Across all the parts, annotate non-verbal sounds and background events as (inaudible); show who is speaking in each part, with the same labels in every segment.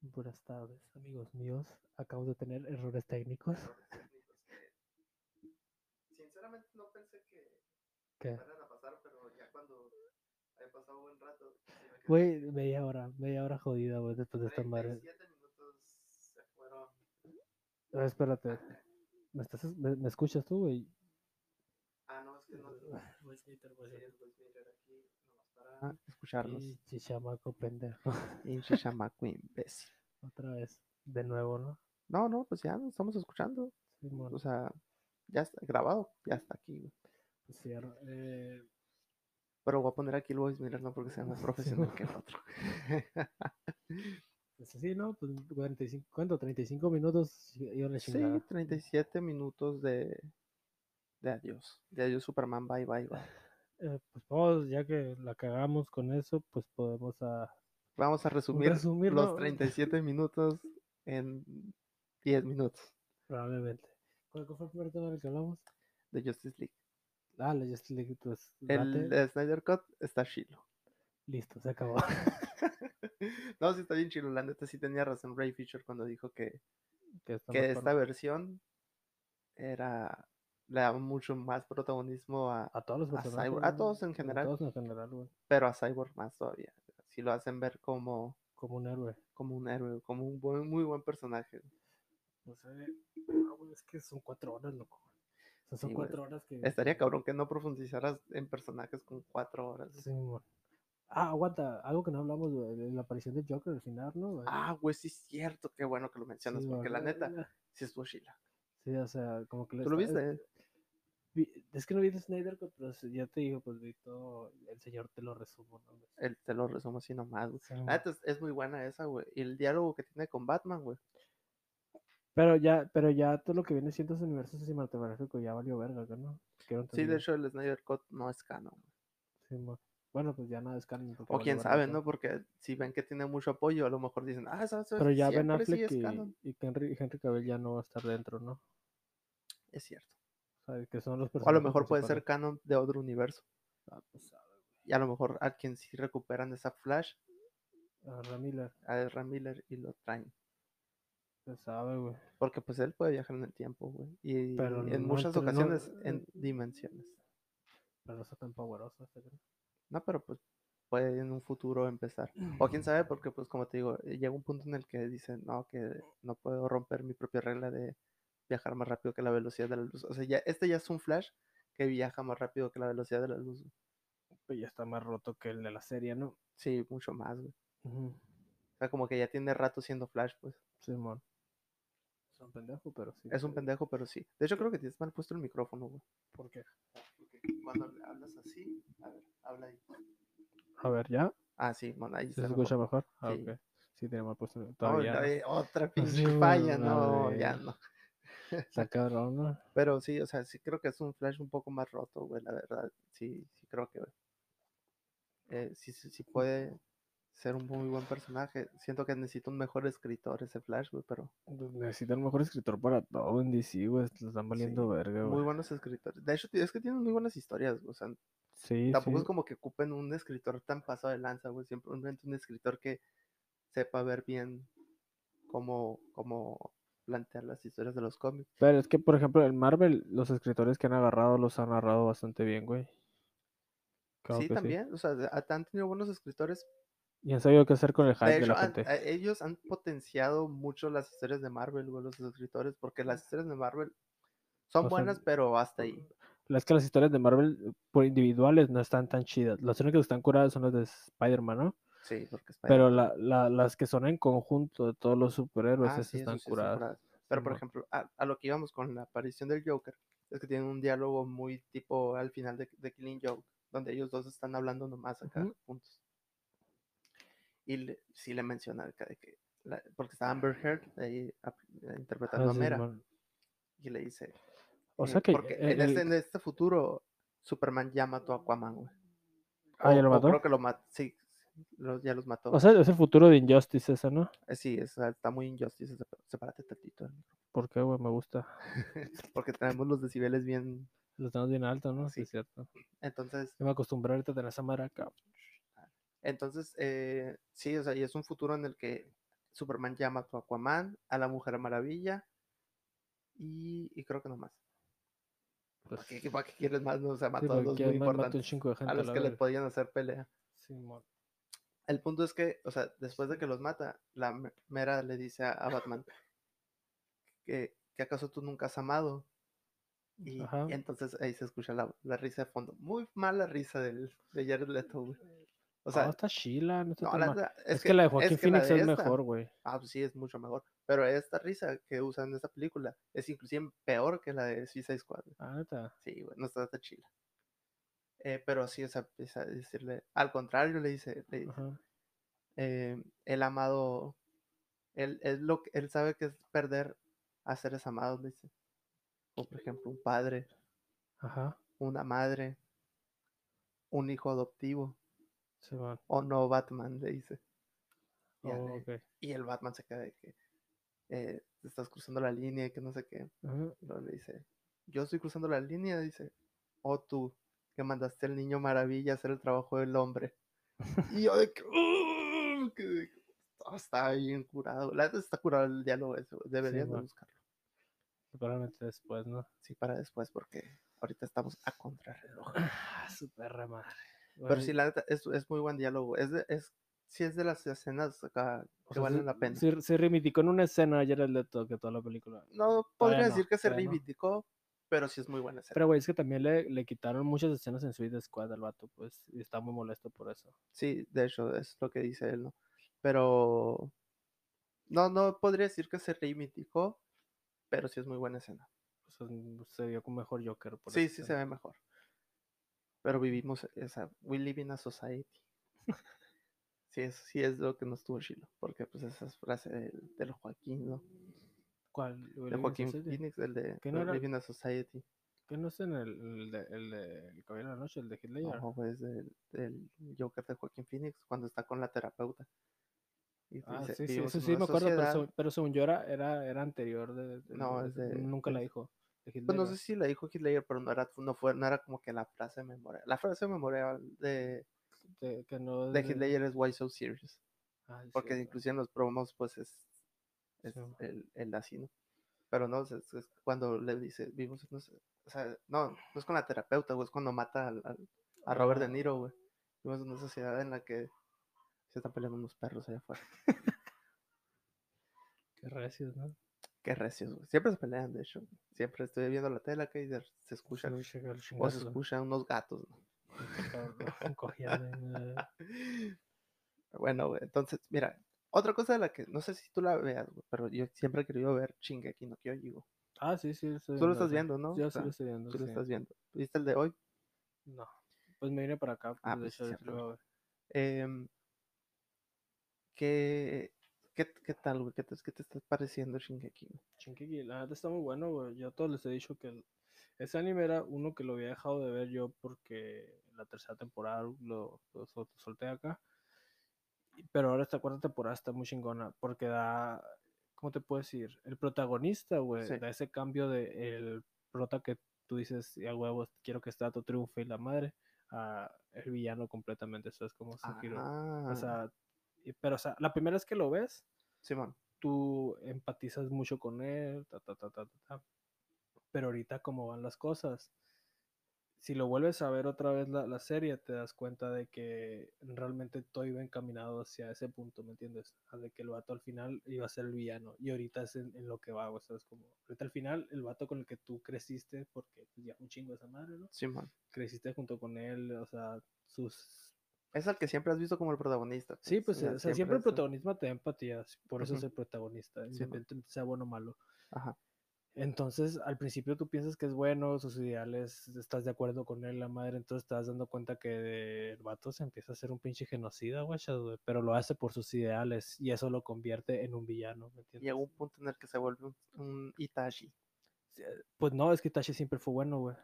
Speaker 1: Buenas tardes, amigos míos. Acabo de tener errores técnicos. (laughs)
Speaker 2: errores técnicos que sinceramente no pensé que
Speaker 1: ¿Qué?
Speaker 2: fueran a pasar, pero ya cuando había pasado un buen rato, sí me quedé.
Speaker 1: Güey, media hora, media hora jodida, güey, después de esta madre.
Speaker 2: 37 minutos se fueron.
Speaker 1: Ah, espérate, ¿me, estás, me, me escuchas tú, güey?
Speaker 2: Ah, no, es que no
Speaker 1: (laughs)
Speaker 2: sí,
Speaker 1: Sí,
Speaker 2: es Luis Miller pues, aquí, nomás para.
Speaker 3: a Ah, escucharlos.
Speaker 1: sí, chamaco pendejo. (laughs)
Speaker 3: Pinche chamaco imbécil.
Speaker 1: Otra vez, de nuevo, ¿no?
Speaker 3: No, no, pues ya nos estamos escuchando.
Speaker 1: Simón.
Speaker 3: O
Speaker 2: Pues,
Speaker 3: sea, ya está grabado, ya está aquí. güey.
Speaker 1: Cierro. pues, Eh,
Speaker 3: Pero voy a poner aquí el voice mira, no porque
Speaker 1: (laughs)
Speaker 3: sea más profesional que el otro.
Speaker 1: pues sí, ¿no? Pues 45, ¿cuánto? 35 minutos y yo le chingada.
Speaker 3: Sí, 37 minutos de, de adiós. De adiós, Superman, bye, bye, bye.
Speaker 1: Eh, pues vamos, ya que la cagamos con eso, pues podemos a... (laughs)
Speaker 3: Vamos a resumir,
Speaker 1: Resumir,
Speaker 3: los
Speaker 1: ¿no?
Speaker 3: 37 minutos en 10 minutos
Speaker 1: probablemente. ¿Cuál cuál fue el primer tema del que hablamos?
Speaker 3: de Justice League.
Speaker 1: Ah, la Justice League, pues date.
Speaker 3: El, de Snyder Cut está chilo. (laughs)
Speaker 1: listo, se acabó.
Speaker 3: No, sí está bien chilo. La neta sí tenía razón Ray Fisher cuando dijo que
Speaker 1: que está
Speaker 3: que
Speaker 1: mejor.
Speaker 3: esta versión era le daba mucho más protagonismo a,
Speaker 1: a todos los
Speaker 3: a
Speaker 1: personajes,
Speaker 3: Cyborg- a
Speaker 1: güey,
Speaker 3: todos en general.
Speaker 1: todos en general, güey,
Speaker 3: pero a Cyborg más todavía. Si lo hacen ver como,
Speaker 1: como un héroe.
Speaker 3: como un héroe, como un buen, muy buen personaje.
Speaker 1: No sé, no, ah, güey, es que son cuatro horas, loco. O sea, son
Speaker 3: Sí, güey.
Speaker 1: cuatro horas que.
Speaker 3: Estaría cabrón que no profundizaras en personajes con cuatro horas.
Speaker 1: Sí, mon. ah, aguanta, algo que no hablamos, güey, de la aparición de Joker al final, ¿no? güey?
Speaker 3: Ah, güey, sí es cierto, qué bueno que lo
Speaker 1: Sí,
Speaker 3: mencionas,
Speaker 1: güey,
Speaker 3: porque la neta,
Speaker 1: eh,
Speaker 3: sí estuvo chila.
Speaker 1: Sí, o sea, como que le
Speaker 3: ¿Tú lo
Speaker 1: está- eh,
Speaker 3: viste?
Speaker 1: vi- Es que no vi el Snyder Cut, pero sí, ya te digo, pues vi todo, el señor te lo resumo, ¿no? güey?
Speaker 3: El- Ah, te lo resumo así nomás, güey.
Speaker 1: Sí, mon.
Speaker 3: La neta es, es muy buena esa, güey. Y el diálogo que tiene con Batman, güey.
Speaker 1: Pero ya, pero ya todo lo que viene siendo ese universo cinematográfico ya valió verga, ¿no? Quiero
Speaker 3: Sí, de
Speaker 1: entender.
Speaker 3: hecho, el Snyder Cut no es canon.
Speaker 1: Sí, mo- bueno, pues ya nada es canon. porque
Speaker 3: O
Speaker 1: valió
Speaker 3: quién
Speaker 1: verga
Speaker 3: sabe,
Speaker 1: todo.
Speaker 3: ¿no? Porque si ven que tiene mucho apoyo, a lo mejor dicen, ah, ¿sabes?
Speaker 1: Pero ya Ben
Speaker 3: Siempre sí
Speaker 1: Affleck
Speaker 3: es
Speaker 1: y,
Speaker 3: canon".
Speaker 1: y que Henry, Henry Cavill ya no va a estar dentro, ¿no?
Speaker 3: Es cierto.
Speaker 1: O sea, que son los
Speaker 3: O a lo
Speaker 1: personajes
Speaker 3: mejor puede ser
Speaker 1: principales.
Speaker 3: canon de otro universo.
Speaker 1: Ah, pues, sabe,
Speaker 3: Y a lo mejor a quien sí recuperan esa Flash,
Speaker 1: güey. A Ramiller,
Speaker 3: a Ezra Miller y lo traen.
Speaker 1: se sabe, güey.
Speaker 3: Porque pues él puede viajar en el tiempo, güey. Y
Speaker 1: Pero
Speaker 3: en
Speaker 1: no
Speaker 3: muchas
Speaker 1: entre- no,
Speaker 3: ocasiones en
Speaker 1: eh,
Speaker 3: dimensiones.
Speaker 1: Pero no está tan poderoso este, güey.
Speaker 3: No, pero pues puede en un futuro empezar. O quién sabe, porque pues como te digo, eh, llega un punto en el que dicen, no, que no puedo romper mi propia regla de viajar más rápido que la velocidad de la luz. O sea, ya, este ya es un Flash que viaja más rápido que la velocidad de la luz. güey.
Speaker 1: Pues ya está más roto que el de la serie, ¿no?
Speaker 3: Sí, mucho más, güey.
Speaker 1: Ujú.
Speaker 3: O sea, como que ya tiene rato siendo Flash, pues.
Speaker 1: Simón. Es un pendejo, pero sí.
Speaker 3: Es un
Speaker 1: eh,
Speaker 3: pendejo, pero sí. De hecho, creo que tienes mal puesto el micrófono, güey.
Speaker 1: ¿Por qué?
Speaker 2: Porque
Speaker 3: Cuando hablas así, a ver, habla ahí.
Speaker 1: A ver, ¿ya?
Speaker 3: Ah, sí, bueno, ahí
Speaker 1: ¿Se
Speaker 3: está. mejor.
Speaker 1: escucha mejor? Ah,
Speaker 3: Sí.
Speaker 1: ok. Sí, tiene mal puesto.
Speaker 3: No,
Speaker 1: Todavía.
Speaker 3: la-
Speaker 1: ¿no?
Speaker 3: eh,
Speaker 1: (laughs)
Speaker 3: Otra
Speaker 1: Sí,
Speaker 3: pinche
Speaker 1: güey, la
Speaker 3: falla, no, ya
Speaker 1: verga.
Speaker 3: no.
Speaker 1: Está cabrón, ¿no?
Speaker 3: Pero sí, o sea, sí creo que es un flash un poco más roto, güey, la verdad. Sí, sí creo que eh, sí, sí, sí puede ser un muy buen personaje. Siento que necesita un mejor escritor ese flash, güey, pero
Speaker 1: Pues Necesitan un mejor escritor para todo en DC, güey. Les están valiendo verga, güey.
Speaker 3: muy buenos escritores. De hecho, tí- es que tienen muy buenas historias, o sea,
Speaker 1: Sí,
Speaker 3: tampoco
Speaker 1: sí.
Speaker 3: es como que ocupen un escritor tan pasado de lanza, güey. Siempre un, un escritor que sepa ver bien cómo, cómo plantear las historias de los cómics.
Speaker 1: Pero es que, por ejemplo, en Marvel, los escritores que han agarrado los han agarrado bastante bien, güey. Claro
Speaker 3: sí,
Speaker 1: que
Speaker 3: también, o sea, ha- han tenido buenos escritores,
Speaker 1: Y han sabido qué hacer con el hype
Speaker 3: De
Speaker 1: de,
Speaker 3: hecho, eh,
Speaker 1: la
Speaker 3: han-
Speaker 1: gente.
Speaker 3: a- ellos han potenciado mucho las historias de Marvel, güey, los escritores, porque las historias de Marvel son
Speaker 1: O sea,
Speaker 3: buenas, pero hasta ahí.
Speaker 1: La- Es que las historias de Marvel eh, por individuales no están tan chidas. Las únicas que están curadas son las de Spider-Man, ¿no?
Speaker 3: Sí, porque
Speaker 1: Pero
Speaker 3: Spider-Man-
Speaker 1: la- la- las que son en conjunto de todos los superhéroes,
Speaker 3: Ah,
Speaker 1: esas
Speaker 3: sí, eso
Speaker 1: están
Speaker 3: sí están
Speaker 1: curadas.
Speaker 3: curadas. Pero, por
Speaker 1: Simón.
Speaker 3: ejemplo, a, a lo que íbamos con la aparición del Joker, es que tienen un diálogo muy tipo al final de, de Killing Joke, donde ellos dos están hablando nomás acá,
Speaker 1: Ujú.
Speaker 3: juntos. Y le- sí le menciona acá de que, la- porque está Amber Heard ahí ap-
Speaker 1: Ah,
Speaker 3: interpretando a Mera,
Speaker 1: Simón.
Speaker 3: y le dice,
Speaker 1: O
Speaker 3: Eh,
Speaker 1: sea que.
Speaker 3: Porque
Speaker 1: eh,
Speaker 3: en, este,
Speaker 1: el-
Speaker 3: en este futuro, Superman ya mató a Aquaman, güey.
Speaker 1: Ah, ¿ya
Speaker 3: O-
Speaker 1: lo
Speaker 3: o
Speaker 1: mató?
Speaker 3: Creo que lo mató. Sí, lo- ya los mató.
Speaker 1: O sea, es el futuro de Injustice esa, ¿no?
Speaker 3: Eh, sí, es- está muy injustice. ese pedo. Sepárate tantito. del micro,
Speaker 1: Porque, güey, me gusta.
Speaker 3: (laughs) Porque tenemos los decibeles bien.
Speaker 1: Lo tenemos bien alto, ¿no? Sí,
Speaker 3: Sí.
Speaker 1: es cierto.
Speaker 3: Entonces,
Speaker 1: Yo me acostumbré ahorita a tener esa maraca.
Speaker 3: entonces eh, sí, o sea, y es un futuro en el que Superman ya mató a Aquaman, a la Mujer Maravilla y, y creo que no más.
Speaker 1: Pues,
Speaker 3: ¿Para qué, para qué quieres más? No, o sea,
Speaker 1: sí,
Speaker 3: mató a
Speaker 1: porque
Speaker 3: los
Speaker 1: quién
Speaker 3: muy
Speaker 1: más mata un
Speaker 3: importantes,
Speaker 1: chingo de gente
Speaker 3: a los
Speaker 1: la
Speaker 3: que les
Speaker 1: verga.
Speaker 3: podían hacer pelea.
Speaker 1: Simón.
Speaker 3: El punto es que, o sea, después de que los mata, la m- Mera le dice a, a Batman que, que acaso tú nunca has amado. Y, y
Speaker 1: Ajá.
Speaker 3: entonces ahí se escucha la, la risa de fondo. Muy mala risa del, de Jared Leto, güey. O
Speaker 1: No,
Speaker 3: sea,
Speaker 1: Ah, está chila, no está
Speaker 3: no,
Speaker 1: tan
Speaker 3: la
Speaker 1: mal.
Speaker 3: neta,
Speaker 1: Es, que, la de
Speaker 3: es
Speaker 1: Joaquín
Speaker 3: que la
Speaker 1: Phoenix
Speaker 3: de
Speaker 1: es
Speaker 3: esta-
Speaker 1: mejor, güey.
Speaker 3: Ah, pues sí, es mucho mejor. Pero esta risa que usan en esta película es inclusive peor que la de Suicide Squad. güey.
Speaker 1: Ah, neta.
Speaker 3: Sí, güey, no está tan chila. Eh, pero sí, o sea, empieza a decirle, al contrario, le dice, le dice,
Speaker 1: Ajá.
Speaker 3: eh, el amado, él, es lo, que- él sabe que es perder a seres amados, dice. Como por ejemplo, un padre,
Speaker 1: Ajá.
Speaker 3: una madre, un hijo adoptivo,
Speaker 1: Simón.
Speaker 3: o no Batman, le dice. Y, ya
Speaker 1: Oh,
Speaker 3: le-
Speaker 1: ok.
Speaker 3: y el Batman se queda de que eh, te estás cruzando la línea y que no sé qué.
Speaker 1: Ajá.
Speaker 3: Luego le dice, yo estoy cruzando la línea, dice, o tú, que mandaste al niño maravilla a hacer el trabajo del
Speaker 1: (laughs)
Speaker 3: hombre. Y yo de que, "Uh", que de que, "Ah, está bien curado. La neta está curado el diálogo ese, güey, deberías de
Speaker 1: güey.
Speaker 3: buscarlo.
Speaker 1: Probablemente después, ¿no?
Speaker 3: Sí, para después, porque ahorita estamos a contrarreloj.
Speaker 1: Ah, su perra madre.
Speaker 3: Pero
Speaker 1: Güey,
Speaker 3: sí, la neta, es, es muy buen diálogo. Es de- es, sí es de las escenas acá
Speaker 1: o
Speaker 3: que
Speaker 1: sea,
Speaker 3: valen
Speaker 1: se-
Speaker 3: la pena.
Speaker 1: Se, se reivindicó en una escena ayer el Leto que toda la película.
Speaker 3: No podría
Speaker 1: Todavía no,
Speaker 3: decir que se
Speaker 1: todavía no.
Speaker 3: reivindicó, pero sí es muy buena escena.
Speaker 1: Pero, güey, es que también le, le quitaron muchas escenas en Suicide Squad al vato, pues, y está muy molesto por eso.
Speaker 3: Sí, de hecho, es lo que dice él, ¿no? Pero no, no podría decir que se reivindicó, pero sí es muy buena escena.
Speaker 1: O sea, n- pues, se vio con mejor Joker. Por
Speaker 3: sí,
Speaker 1: esa
Speaker 3: sí se
Speaker 1: escena.
Speaker 3: ve mejor. Pero vivimos, esa, we live in a society.
Speaker 1: (laughs)
Speaker 3: sí, es, sí es lo que nos estuvo chilo, porque pues esa es frase del, del Joaquín, ¿no?
Speaker 1: ¿Cuál? ¿El
Speaker 3: De
Speaker 1: Living
Speaker 3: Joaquín
Speaker 1: Society?
Speaker 3: Phoenix, el de
Speaker 1: ¿Que no
Speaker 3: we
Speaker 1: era-
Speaker 3: live in a society.
Speaker 1: ¿Que no es en el, el de, el de El Caballero de la Noche, el de Hitler?
Speaker 3: No, pues, del, del Joker de Joaquín Phoenix, cuando está con la terapeuta. Y
Speaker 1: Ah,
Speaker 3: dice,
Speaker 1: sí, sí,
Speaker 3: "Vivimos
Speaker 1: eso
Speaker 3: en
Speaker 1: sí
Speaker 3: una
Speaker 1: me acuerdo, pero
Speaker 3: sociedad".
Speaker 1: según, pero según yo era, era, era anterior. De, de-
Speaker 3: No,
Speaker 1: de-
Speaker 3: es de-
Speaker 1: Nunca la
Speaker 3: es-
Speaker 1: dijo. de
Speaker 3: Pues no
Speaker 1: Hitler,
Speaker 3: sé si la dijo Hitler, pero no era, no fue, no era como que la frase memorial. La frase memorial de,
Speaker 1: de- que no
Speaker 3: de
Speaker 1: es de-
Speaker 3: Hitler es Why So Serious.
Speaker 1: Ah, es
Speaker 3: Porque
Speaker 1: cierto.
Speaker 3: inclusive en los promos, pues es, es
Speaker 1: Sí, mo.
Speaker 3: el, el así, ¿no? Pero no, es, es- es cuando le dice, vimos, no sé, o sea, no, no es con la terapeuta, güey, es cuando mata al- al- a Robert De
Speaker 1: Ah.
Speaker 3: Niro, güey. Vivimos en una sociedad en la que se están peleando unos perros allá afuera.
Speaker 1: Qué recios, ¿no?
Speaker 3: Qué recios, güey. Siempre se pelean, de hecho. Siempre estoy viendo la tela que y de- se escucha,
Speaker 1: Uy, llega el
Speaker 3: o se
Speaker 1: chingazo,
Speaker 3: escuchan unos gatos, ¿no?
Speaker 1: cabrón, cogiendo en,
Speaker 3: (laughs)
Speaker 1: eh,
Speaker 3: Bueno, güey, entonces, mira, otra cosa de la que no sé si tú la veas, güey, pero yo siempre he querido ver Shingeki no Kyoji, güey.
Speaker 1: Ah, sí, sí. estoy
Speaker 3: Tú lo
Speaker 1: eso.
Speaker 3: estás viendo, ¿no?
Speaker 1: Yo
Speaker 3: O
Speaker 1: sí
Speaker 3: sea,
Speaker 1: lo estoy viendo.
Speaker 3: Tú lo
Speaker 1: sí.
Speaker 3: estás viendo. ¿Viste el de hoy?
Speaker 1: No. Pues me vine para acá. pues, de
Speaker 3: Ah, pues sí,
Speaker 1: hecho,
Speaker 3: cierto,
Speaker 1: lo iba a ver.
Speaker 3: Em, ¿qué, qué, qué tal, güey? ¿Qué te, qué te está pareciendo Shingeki? güey?
Speaker 1: Shingeki, la neta está muy bueno, güey. Yo a todos les he dicho que el- ese anime era uno que lo había dejado de ver yo porque la tercera temporada lo, lo sol- solté acá. Y- Pero ahora esta cuarta temporada está muy chingona porque da, ¿cómo te puedo decir? El protagonista, güey,
Speaker 3: Sí.
Speaker 1: da ese cambio de el prota que tú dices, a huevos, quiero que está tu triunfo y la madre, a el villano completamente. Eso es como Sekiro.
Speaker 3: Ah,
Speaker 1: O sea, y- pero o sea, la primera vez que lo ves,
Speaker 3: Simón.
Speaker 1: tú empatizas mucho con él, ta, ta, ta, ta, ta, ta. Pero ahorita como van las cosas, si lo vuelves a ver otra vez la, la serie, te das cuenta de que realmente todo iba encaminado hacia ese punto, ¿me entiendes? A de que el vato al final iba a ser el villano y ahorita es en, en lo que va, o sea, es como, ahorita al final el vato con el que tú creciste, porque pues, ya un chingo esa madre, ¿no?
Speaker 3: Simón.
Speaker 1: Creciste junto con él, o sea, sus
Speaker 3: Es al que siempre has visto como el protagonista.
Speaker 1: Sí, pues
Speaker 3: o
Speaker 1: eh,
Speaker 3: sea,
Speaker 1: o sea, siempre el
Speaker 3: es el-
Speaker 1: protagonismo te da empatía, si- por eso es
Speaker 3: Ujú.
Speaker 1: el protagonista,
Speaker 3: Sí, pues. man.
Speaker 1: independientemente sea bueno o malo.
Speaker 3: Ajá.
Speaker 1: Entonces, al principio tú piensas que es bueno, sus ideales, estás de acuerdo con él, la madre, entonces te das dando cuenta que el vato se empieza a hacer un pinche genocida, guachas, güey, pero lo hace por sus ideales y eso lo convierte en un villano, ¿me entiendes?
Speaker 3: Llega un punto en el que se vuelve un, un Itachi.
Speaker 1: Pues no, es que Itachi siempre fue bueno, güey.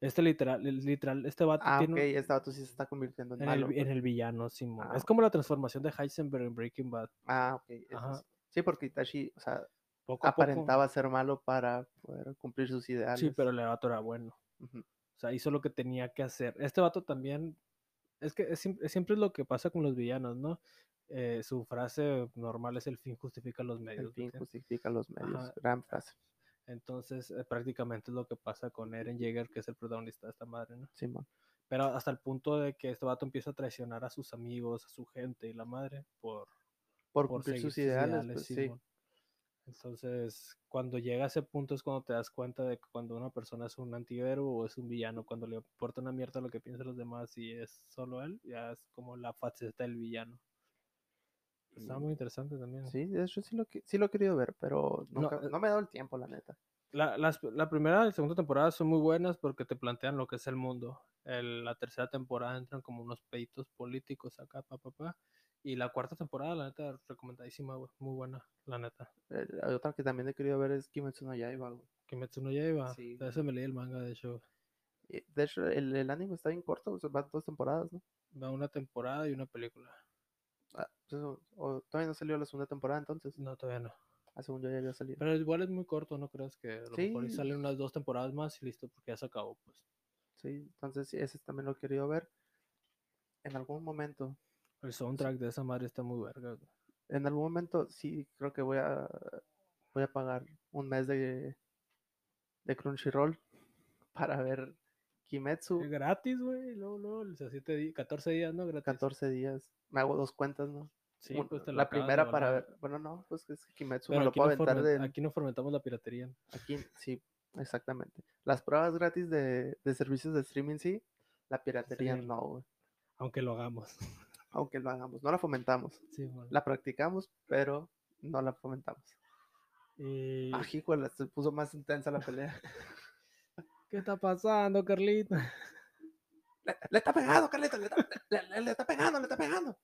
Speaker 1: Este literal, el literal, este vato
Speaker 3: Ah,
Speaker 1: tiene
Speaker 3: ok,
Speaker 1: un-
Speaker 3: este vato sí se está convirtiendo en,
Speaker 1: en, el,
Speaker 3: malo. pues.
Speaker 1: vi- en el villano, Simón.
Speaker 3: Ah,
Speaker 1: es como la transformación de Heisenberg en Breaking Bad.
Speaker 3: Ah, ok. eso
Speaker 1: Ajá.
Speaker 3: es- Sí, porque Itachi, o sea,
Speaker 1: Poco a poco.
Speaker 3: aparentaba ser malo para poder cumplir sus ideales.
Speaker 1: Sí, pero el vato era bueno.
Speaker 3: Ujú.
Speaker 1: O sea, hizo lo que tenía que hacer. Este vato también. Es que es, siem- siempre es lo que pasa con los villanos, ¿no? eh, su frase normal es el fin justifica los medios.
Speaker 3: El
Speaker 1: ¿me
Speaker 3: fin
Speaker 1: entiendes?
Speaker 3: justifica los medios.
Speaker 1: Ajá.
Speaker 3: Gran frase.
Speaker 1: Entonces, eh, prácticamente es lo que pasa con Eren Jaeger, que es el protagonista de esta madre, ¿no?
Speaker 3: Simón.
Speaker 1: Pero hasta el punto de que este vato empieza a traicionar a sus amigos, a su gente y la madre por,
Speaker 3: Por,
Speaker 1: por
Speaker 3: cumplir
Speaker 1: seguir
Speaker 3: sus ideales, pues sí.
Speaker 1: Simón. Entonces, cuando llega a ese punto es cuando te das cuenta de que cuando una persona es un antihéroe o es un villano, cuando le importa una mierda lo que piensan los demás y es solo él, ya es como la faceta del villano. Está
Speaker 3: Mm.
Speaker 1: muy interesante también.
Speaker 3: Sí, de hecho sí lo, que- sí lo he querido ver, pero
Speaker 1: No,
Speaker 3: nunca-
Speaker 1: eh.
Speaker 3: no me he dado el tiempo, la neta.
Speaker 1: La, las- la primera y la segunda temporada son muy buenas porque te plantean lo que es el mundo. El- la tercera temporada entran como unos peitos políticos acá, pa, pa, pa. Y la cuarta temporada, la neta, recomendadísima, güey, Muy buena, la neta.
Speaker 3: Eh, la otra que también he querido ver es Kimetsu no Yaiba, güey.
Speaker 1: Kimetsu no Yaiba.
Speaker 3: Sí,
Speaker 1: De
Speaker 3: güey.
Speaker 1: eso me leí el manga, de hecho.
Speaker 3: Eh, De hecho, el, el anime está bien corto, o sea, va dos temporadas, ¿no?
Speaker 1: Va una temporada y una película.
Speaker 3: Ah, pues, o- o todavía no salió la segunda temporada, entonces.
Speaker 1: No, todavía no.
Speaker 3: Ah, según yo ya había salido.
Speaker 1: Pero igual es muy corto, ¿no crees? Que a lo mejor y
Speaker 3: Sí.
Speaker 1: salen unas dos temporadas más y listo, porque ya se acabó, pues.
Speaker 3: Sí, entonces sí, ese también lo he querido ver. En algún momento,
Speaker 1: El soundtrack de esa madre está muy verga, güey.
Speaker 3: en algún momento sí creo que voy a voy a pagar un mes de de Crunchyroll (laughs) para ver Kimetsu
Speaker 1: Gratis, güey. Luego, luego, o sea, siete di- 14 días, ¿no? Gratis.
Speaker 3: 14 días. Me hago dos cuentas, ¿no?
Speaker 1: Sí,
Speaker 3: Un-
Speaker 1: pues te lo
Speaker 3: la
Speaker 1: acabas de
Speaker 3: primera para
Speaker 1: bajar.
Speaker 3: ver. Bueno, no, pues es que Kimetsu
Speaker 1: Pero
Speaker 3: me lo
Speaker 1: aquí
Speaker 3: puedo
Speaker 1: no
Speaker 3: aventar
Speaker 1: formen-
Speaker 3: de
Speaker 1: aquí no fomentamos la piratería.
Speaker 3: aquí. Sí, exactamente. Las pruebas gratis de, de servicios de streaming sí, la piratería
Speaker 1: Sí.
Speaker 3: no, güey.
Speaker 1: Aunque lo hagamos. (laughs)
Speaker 3: Aunque lo hagamos, no la fomentamos.
Speaker 1: Sí, bueno.
Speaker 3: La practicamos, pero no la fomentamos.
Speaker 1: Y-
Speaker 3: Ah, híjole, se puso más intensa la pelea.
Speaker 1: ¿Qué está pasando, Carlito?
Speaker 3: (laughs) le, le está pegando, Carlito, le está, le- le- le está pegando, le está pegando.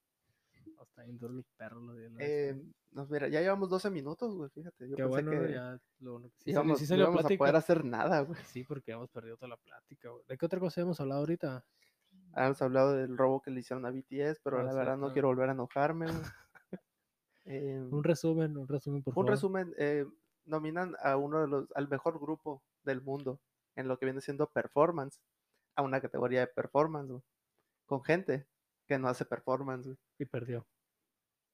Speaker 1: Hasta ahí duro el perro. lo de la-
Speaker 3: Eh, no, mira, ya llevamos 12 minutos, güey, fíjate. Yo
Speaker 1: Qué
Speaker 3: pensé
Speaker 1: bueno, ¿no?
Speaker 3: que
Speaker 1: ya. Lo bueno que sí, salió-
Speaker 3: íbamos,
Speaker 1: sí
Speaker 3: no
Speaker 1: salió
Speaker 3: íbamos a
Speaker 1: plática.
Speaker 3: poder hacer nada, güey.
Speaker 1: Sí, porque hemos perdido toda la plática. güey. ¿De qué otra cosa hemos hablado ahorita?
Speaker 3: Habíamos hablado del robo que le hicieron a BTS, pero
Speaker 1: Ah,
Speaker 3: la verdad no
Speaker 1: cierto.
Speaker 3: quiero volver a enojarme,
Speaker 1: (laughs)
Speaker 3: güey. Eh,
Speaker 1: Un resumen, un resumen, por
Speaker 3: un
Speaker 1: favor.
Speaker 3: resumen, eh, nominan a uno de los, al mejor grupo del mundo en lo que viene siendo performance, a una categoría de performance, güey, con gente que no hace performance, güey.
Speaker 1: Y perdió.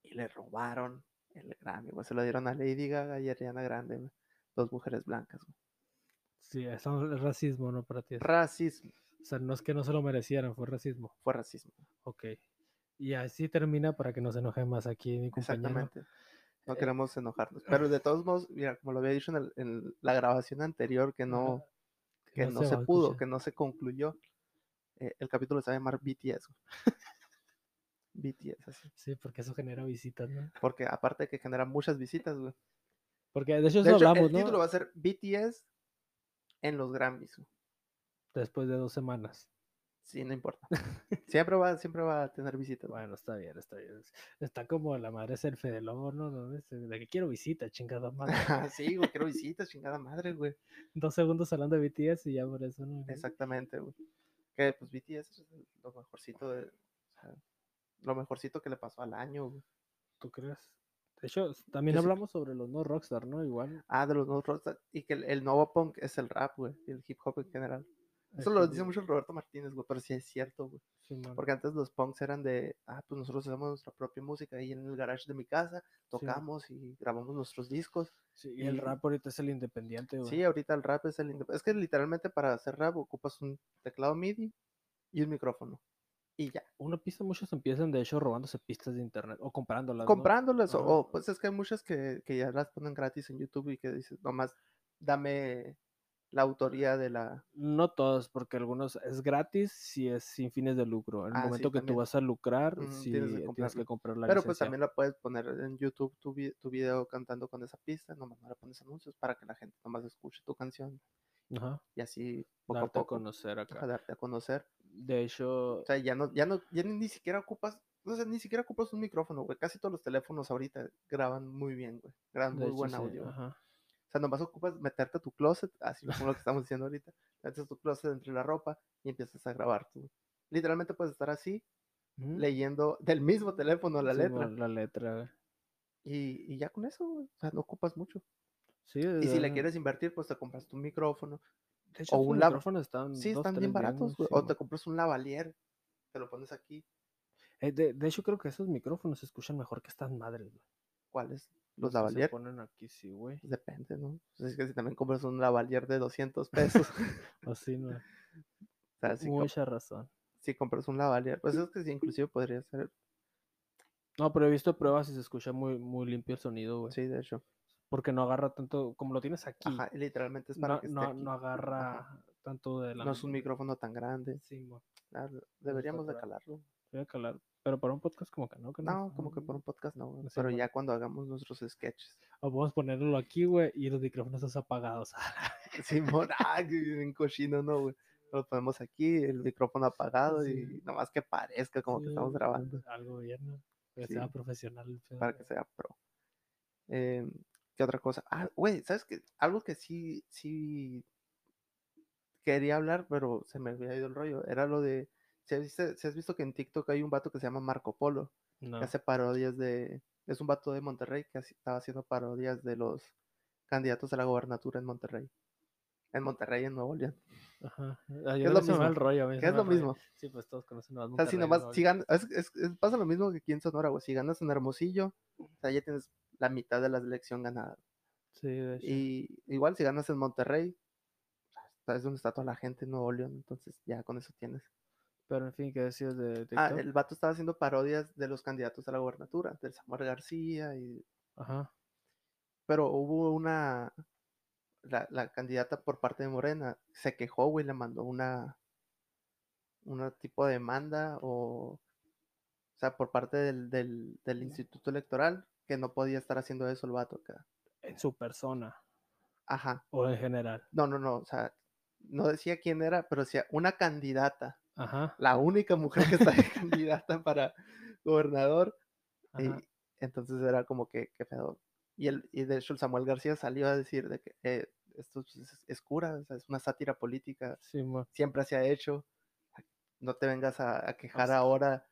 Speaker 3: y le robaron el Grammy, güey. Se lo dieron a Lady Gaga y a Ariana Grande, güey. Dos mujeres blancas, güey.
Speaker 1: Sí, eso es racismo, ¿no? Para ti.
Speaker 3: Racismo.
Speaker 1: O sea, no es que no se lo merecieran, fue racismo.
Speaker 3: Fue racismo.
Speaker 1: Ok. Y así termina para que no se enoje más aquí mi compañero.
Speaker 3: Exactamente. No
Speaker 1: Eh,
Speaker 3: queremos (laughs) enojarnos. Pero de todos modos, mira, como lo había dicho en, el- en la grabación anterior, que no, que no, se
Speaker 1: va a
Speaker 3: pudo,
Speaker 1: escuchar.
Speaker 3: que no se concluyó, eh, el capítulo se va a llamar BTS, (laughs) güey. BTS, así.
Speaker 1: Sí, porque eso genera visitas, ¿no?
Speaker 3: Porque aparte de que genera muchas visitas, güey.
Speaker 1: Porque de hecho, eso
Speaker 3: De hecho,
Speaker 1: hablamos,
Speaker 3: el
Speaker 1: ¿no?
Speaker 3: título va a ser BTS en los Grammys, güey.
Speaker 1: Después de dos semanas.
Speaker 3: Sí, no (laughs) importa. Siempre va, siempre va a tener visitas. güey.
Speaker 1: Bueno, está bien, está bien. Está como la madre es el Fede Lobo, ¿no? ¿No ves? De que quiero visita, chingada
Speaker 3: (laughs)
Speaker 1: madre. (laughs)
Speaker 3: Ah, sí, güey, quiero visitas, chingada madre, güey.
Speaker 1: Dos segundos hablando de BTS y ya por eso no.
Speaker 3: Exactamente, güey. Que pues BTS es lo mejorcito de. o sea, lo mejorcito que le pasó al año, güey.
Speaker 1: ¿Tú crees? De hecho, s- también
Speaker 3: Yo sí-
Speaker 1: hablamos sobre los no rockstar, ¿no? Igual.
Speaker 3: Ah, de los nuevos rockstars. Y que el, el nuevo punk es el rap, güey. Y el hip hop en general. Eso
Speaker 1: el
Speaker 3: lo
Speaker 1: hip-
Speaker 3: dice mucho el Roberto Martínez, güey. Pero sí es cierto, güey.
Speaker 1: este, Simón.
Speaker 3: Porque antes los punks eran de. Ah, pues nosotros hacemos nuestra propia música. Ahí en el garage de mi casa tocamos y grabamos nuestros discos.
Speaker 1: Sí, y el
Speaker 3: y-
Speaker 1: rap ahorita es el independiente, güey.
Speaker 3: Sí, ahorita el rap es el... indep- Es que literalmente para hacer rap ocupas un teclado MIDI y un micrófono. Y ya.
Speaker 1: Una pista, muchos empiezan de hecho robándose pistas de internet o comprándolas. ¿no?
Speaker 3: Comprándolas. o-
Speaker 1: Ajá.
Speaker 3: O, pues es que hay muchas que, que ya las ponen gratis en YouTube y que dices, nomás dame la autoría de la...
Speaker 1: No todas, porque algunos es gratis si es sin fines de lucro. En el
Speaker 3: Ah, sí,
Speaker 1: momento que tú
Speaker 3: también.
Speaker 1: vas a lucrar,
Speaker 3: Ujú,
Speaker 1: sí
Speaker 3: tienes que
Speaker 1: tienes, que
Speaker 3: comprarlo.
Speaker 1: comprar la
Speaker 3: Pero pues
Speaker 1: licencia.
Speaker 3: también la puedes poner en YouTube tu, vi- tu video cantando con esa pista, nomás no le pones anuncios para que la gente nomás escuche tu canción
Speaker 1: Ajá,
Speaker 3: y así poco
Speaker 1: darte
Speaker 3: a
Speaker 1: a
Speaker 3: poco
Speaker 1: conocer acá.
Speaker 3: ajá, darte a conocer.
Speaker 1: De hecho,
Speaker 3: O sea, ya no, ya no, ya ni siquiera ocupas, no sé, ni siquiera ocupas un micrófono, güey. Casi todos los teléfonos ahorita graban muy bien, güey. Graban
Speaker 1: de
Speaker 3: muy
Speaker 1: hecho,
Speaker 3: buen
Speaker 1: sí,
Speaker 3: audio. güey.
Speaker 1: ajá.
Speaker 3: O sea, nomás ocupas meterte a tu closet, así como lo que estamos diciendo ahorita. Metes tu closet entre la ropa y empiezas a grabar tú. Literalmente puedes estar así,
Speaker 1: Ujú.
Speaker 3: leyendo del mismo teléfono la
Speaker 1: Sí,
Speaker 3: letra.
Speaker 1: bueno, La letra, güey.
Speaker 3: Y, y ya con eso, güey. O sea, no ocupas mucho.
Speaker 1: Sí,
Speaker 3: Y si le
Speaker 1: ajá.
Speaker 3: quieres invertir, pues te compras tu micrófono.
Speaker 1: De hecho,
Speaker 3: o
Speaker 1: estos
Speaker 3: un lap-
Speaker 1: micrófonos están
Speaker 3: Sí,
Speaker 1: Mm, dos,
Speaker 3: están
Speaker 1: tres
Speaker 3: bien baratos,
Speaker 1: güey,
Speaker 3: güey. O
Speaker 1: sí,
Speaker 3: te compras un lavalier, te lo pones aquí.
Speaker 1: güey. Eh, de, de hecho, creo que esos micrófonos se escuchan mejor que estas madres, güey.
Speaker 3: ¿Cuáles? Los
Speaker 1: que Se
Speaker 3: Lavalier.
Speaker 1: ponen aquí, sí,
Speaker 3: (laughs)
Speaker 1: güey.
Speaker 3: Depende, ¿no? Pues es que si también compras un Lavalier de 200 pesos.
Speaker 1: (laughs) Así no.
Speaker 3: o sea, si, com-
Speaker 1: Mucha razón.
Speaker 3: si compras un Lavalier. Pues es que sí, inclusive podría ser.
Speaker 1: No, pero he visto pruebas y se escucha muy, muy limpio el sonido, güey.
Speaker 3: pues Sí, de hecho.
Speaker 1: Porque no agarra tanto, como lo tienes aquí,
Speaker 3: Ajá, y literalmente es para
Speaker 1: no,
Speaker 3: que esté
Speaker 1: no,
Speaker 3: aquí.
Speaker 1: no agarra
Speaker 3: Ajá.
Speaker 1: tanto de la...
Speaker 3: No es un micrófono tan grande.
Speaker 1: (laughs) Sí, güey.
Speaker 3: Ah, deberíamos de
Speaker 1: grande.
Speaker 3: calarlo.
Speaker 1: Voy a calar. Pero para un podcast como que no, que
Speaker 3: No, como que por un podcast no, güey,
Speaker 1: Sí,
Speaker 3: pero
Speaker 1: bueno.
Speaker 3: ya cuando hagamos nuestros sketches. (laughs)
Speaker 1: O podemos ponerlo aquí, güey, y los micrófonos están apagados. (laughs)
Speaker 3: Simón, ah, que bien cochino, ¿no, güey? Lo ponemos aquí, el micrófono apagado
Speaker 1: Sí.
Speaker 3: y nomás que parezca como que estamos
Speaker 1: Sí,
Speaker 3: grabando
Speaker 1: Algo bien, ¿no? Que
Speaker 3: Sí.
Speaker 1: sea profesional. el pedo,
Speaker 3: para que
Speaker 1: güey.
Speaker 3: sea pro. Em, ¿Qué otra cosa? Ah, güey, ¿sabes qué? Algo que sí, sí quería hablar, pero se me había ido el rollo. Era lo de, si has visto, si has visto que en TikTok hay un vato que se llama Marco Polo.
Speaker 1: No.
Speaker 3: que hace parodias de. Es un vato de Monterrey que hace- estaba haciendo parodias de los candidatos a la gobernatura en Monterrey. En Monterrey, en Nuevo León.
Speaker 1: Ajá. Ah, yo
Speaker 3: es
Speaker 1: no
Speaker 3: lo
Speaker 1: se me va el
Speaker 3: mismo?
Speaker 1: rollo, a mí se
Speaker 3: Que es
Speaker 1: me
Speaker 3: lo
Speaker 1: va el rollo.
Speaker 3: mismo.
Speaker 1: Sí, pues todos conocen a
Speaker 3: O sea, si nomás, si gan- es- es- es- pasa lo mismo que aquí en Sonora, güey. Si ganas en Hermosillo, o sea, ya tienes la mitad de la elección ganada.
Speaker 1: Sí, de hecho.
Speaker 3: Y igual si ganas en Monterrey, o sea, es donde está toda la gente en Nuevo León. Entonces ya con eso tienes.
Speaker 1: Pero en fin, ¿qué decías de TikTok?
Speaker 3: Ah, el vato estaba haciendo parodias de los candidatos a la gobernatura, del Samuel García y
Speaker 1: Ajá.
Speaker 3: Pero hubo una. La, la candidata por parte de Morena se quejó, güey, le mandó una. Una tipo de demanda o. O sea, por parte del, del, del Instituto Electoral, que no podía estar haciendo eso el vato acá.
Speaker 1: En su persona
Speaker 3: Ajá.
Speaker 1: o en general.
Speaker 3: No, no, no. O sea, no decía quién era, pero decía una candidata.
Speaker 1: Ajá.
Speaker 3: La única mujer que está
Speaker 1: (laughs)
Speaker 3: de candidata para gobernador. Y
Speaker 1: ajá.
Speaker 3: entonces era como que, qué pedo. Y, el, y de hecho el Samuel García salió a decir de que eh, esto pues, es, es cura, o sea, es una sátira política,
Speaker 1: Sí, mo-
Speaker 3: siempre se ha hecho, no te vengas a, a quejar
Speaker 1: sea-
Speaker 3: ahora.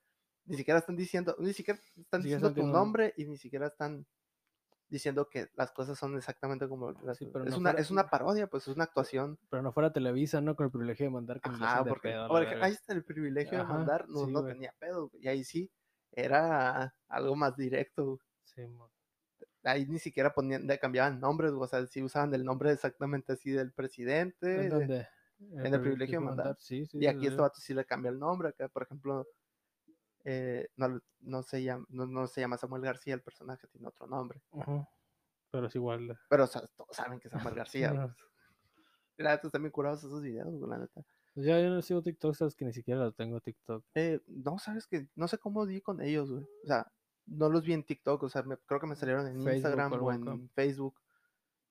Speaker 3: Ni siquiera están diciendo, ni siquiera están
Speaker 1: Ni siquiera
Speaker 3: diciendo
Speaker 1: están
Speaker 3: tu
Speaker 1: diciendo-
Speaker 3: nombre y ni siquiera están diciendo que las cosas son exactamente como las-
Speaker 1: Sí, pero
Speaker 3: es,
Speaker 1: no
Speaker 3: una,
Speaker 1: fuera-
Speaker 3: es una parodia, pues es una actuación.
Speaker 1: Pero no fuera Televisa, ¿no? Con el privilegio de mandar que nos
Speaker 3: Ajá,
Speaker 1: hacen pues, de
Speaker 3: porque,
Speaker 1: pedo a la
Speaker 3: porque
Speaker 1: verga.
Speaker 3: ahí está el privilegio de
Speaker 1: Ajá,
Speaker 3: mandar, no,
Speaker 1: sí,
Speaker 3: no
Speaker 1: güey.
Speaker 3: tenía pedo, güey, y ahí sí, era algo más directo. güey.
Speaker 1: Sí, mo-
Speaker 3: ahí ni siquiera ponían, le cambiaban nombres, güey, o sea, sí usaban el nombre exactamente así del presidente. de-
Speaker 1: ¿En dónde?
Speaker 3: en el privilegio de mandar.
Speaker 1: Sí, sí.
Speaker 3: Y
Speaker 1: sí,
Speaker 3: aquí
Speaker 1: sí.
Speaker 3: este vato sí le cambia el nombre, acá, por ejemplo, eh, no, le- no se llama, no, no se llama Samuel García el personaje, tiene otro nombre.
Speaker 1: Ajá. Pero es igual. eh.
Speaker 3: Pero o sea, todos saben que es
Speaker 1: (laughs)
Speaker 3: Samuel García.
Speaker 1: Ajá.
Speaker 3: güey. La neta están bien curados esos videos, güey, la neta.
Speaker 1: Pues Ya yo no sigo TikTok, sabes que ni siquiera lo tengo TikTok.
Speaker 3: Eh, no, sabes que no sé cómo di con ellos, güey. O sea, no los vi en TikTok, o sea, me- creo que me salieron en
Speaker 1: Facebook
Speaker 3: Instagram
Speaker 1: o algo
Speaker 3: o
Speaker 1: acá.
Speaker 3: en Facebook.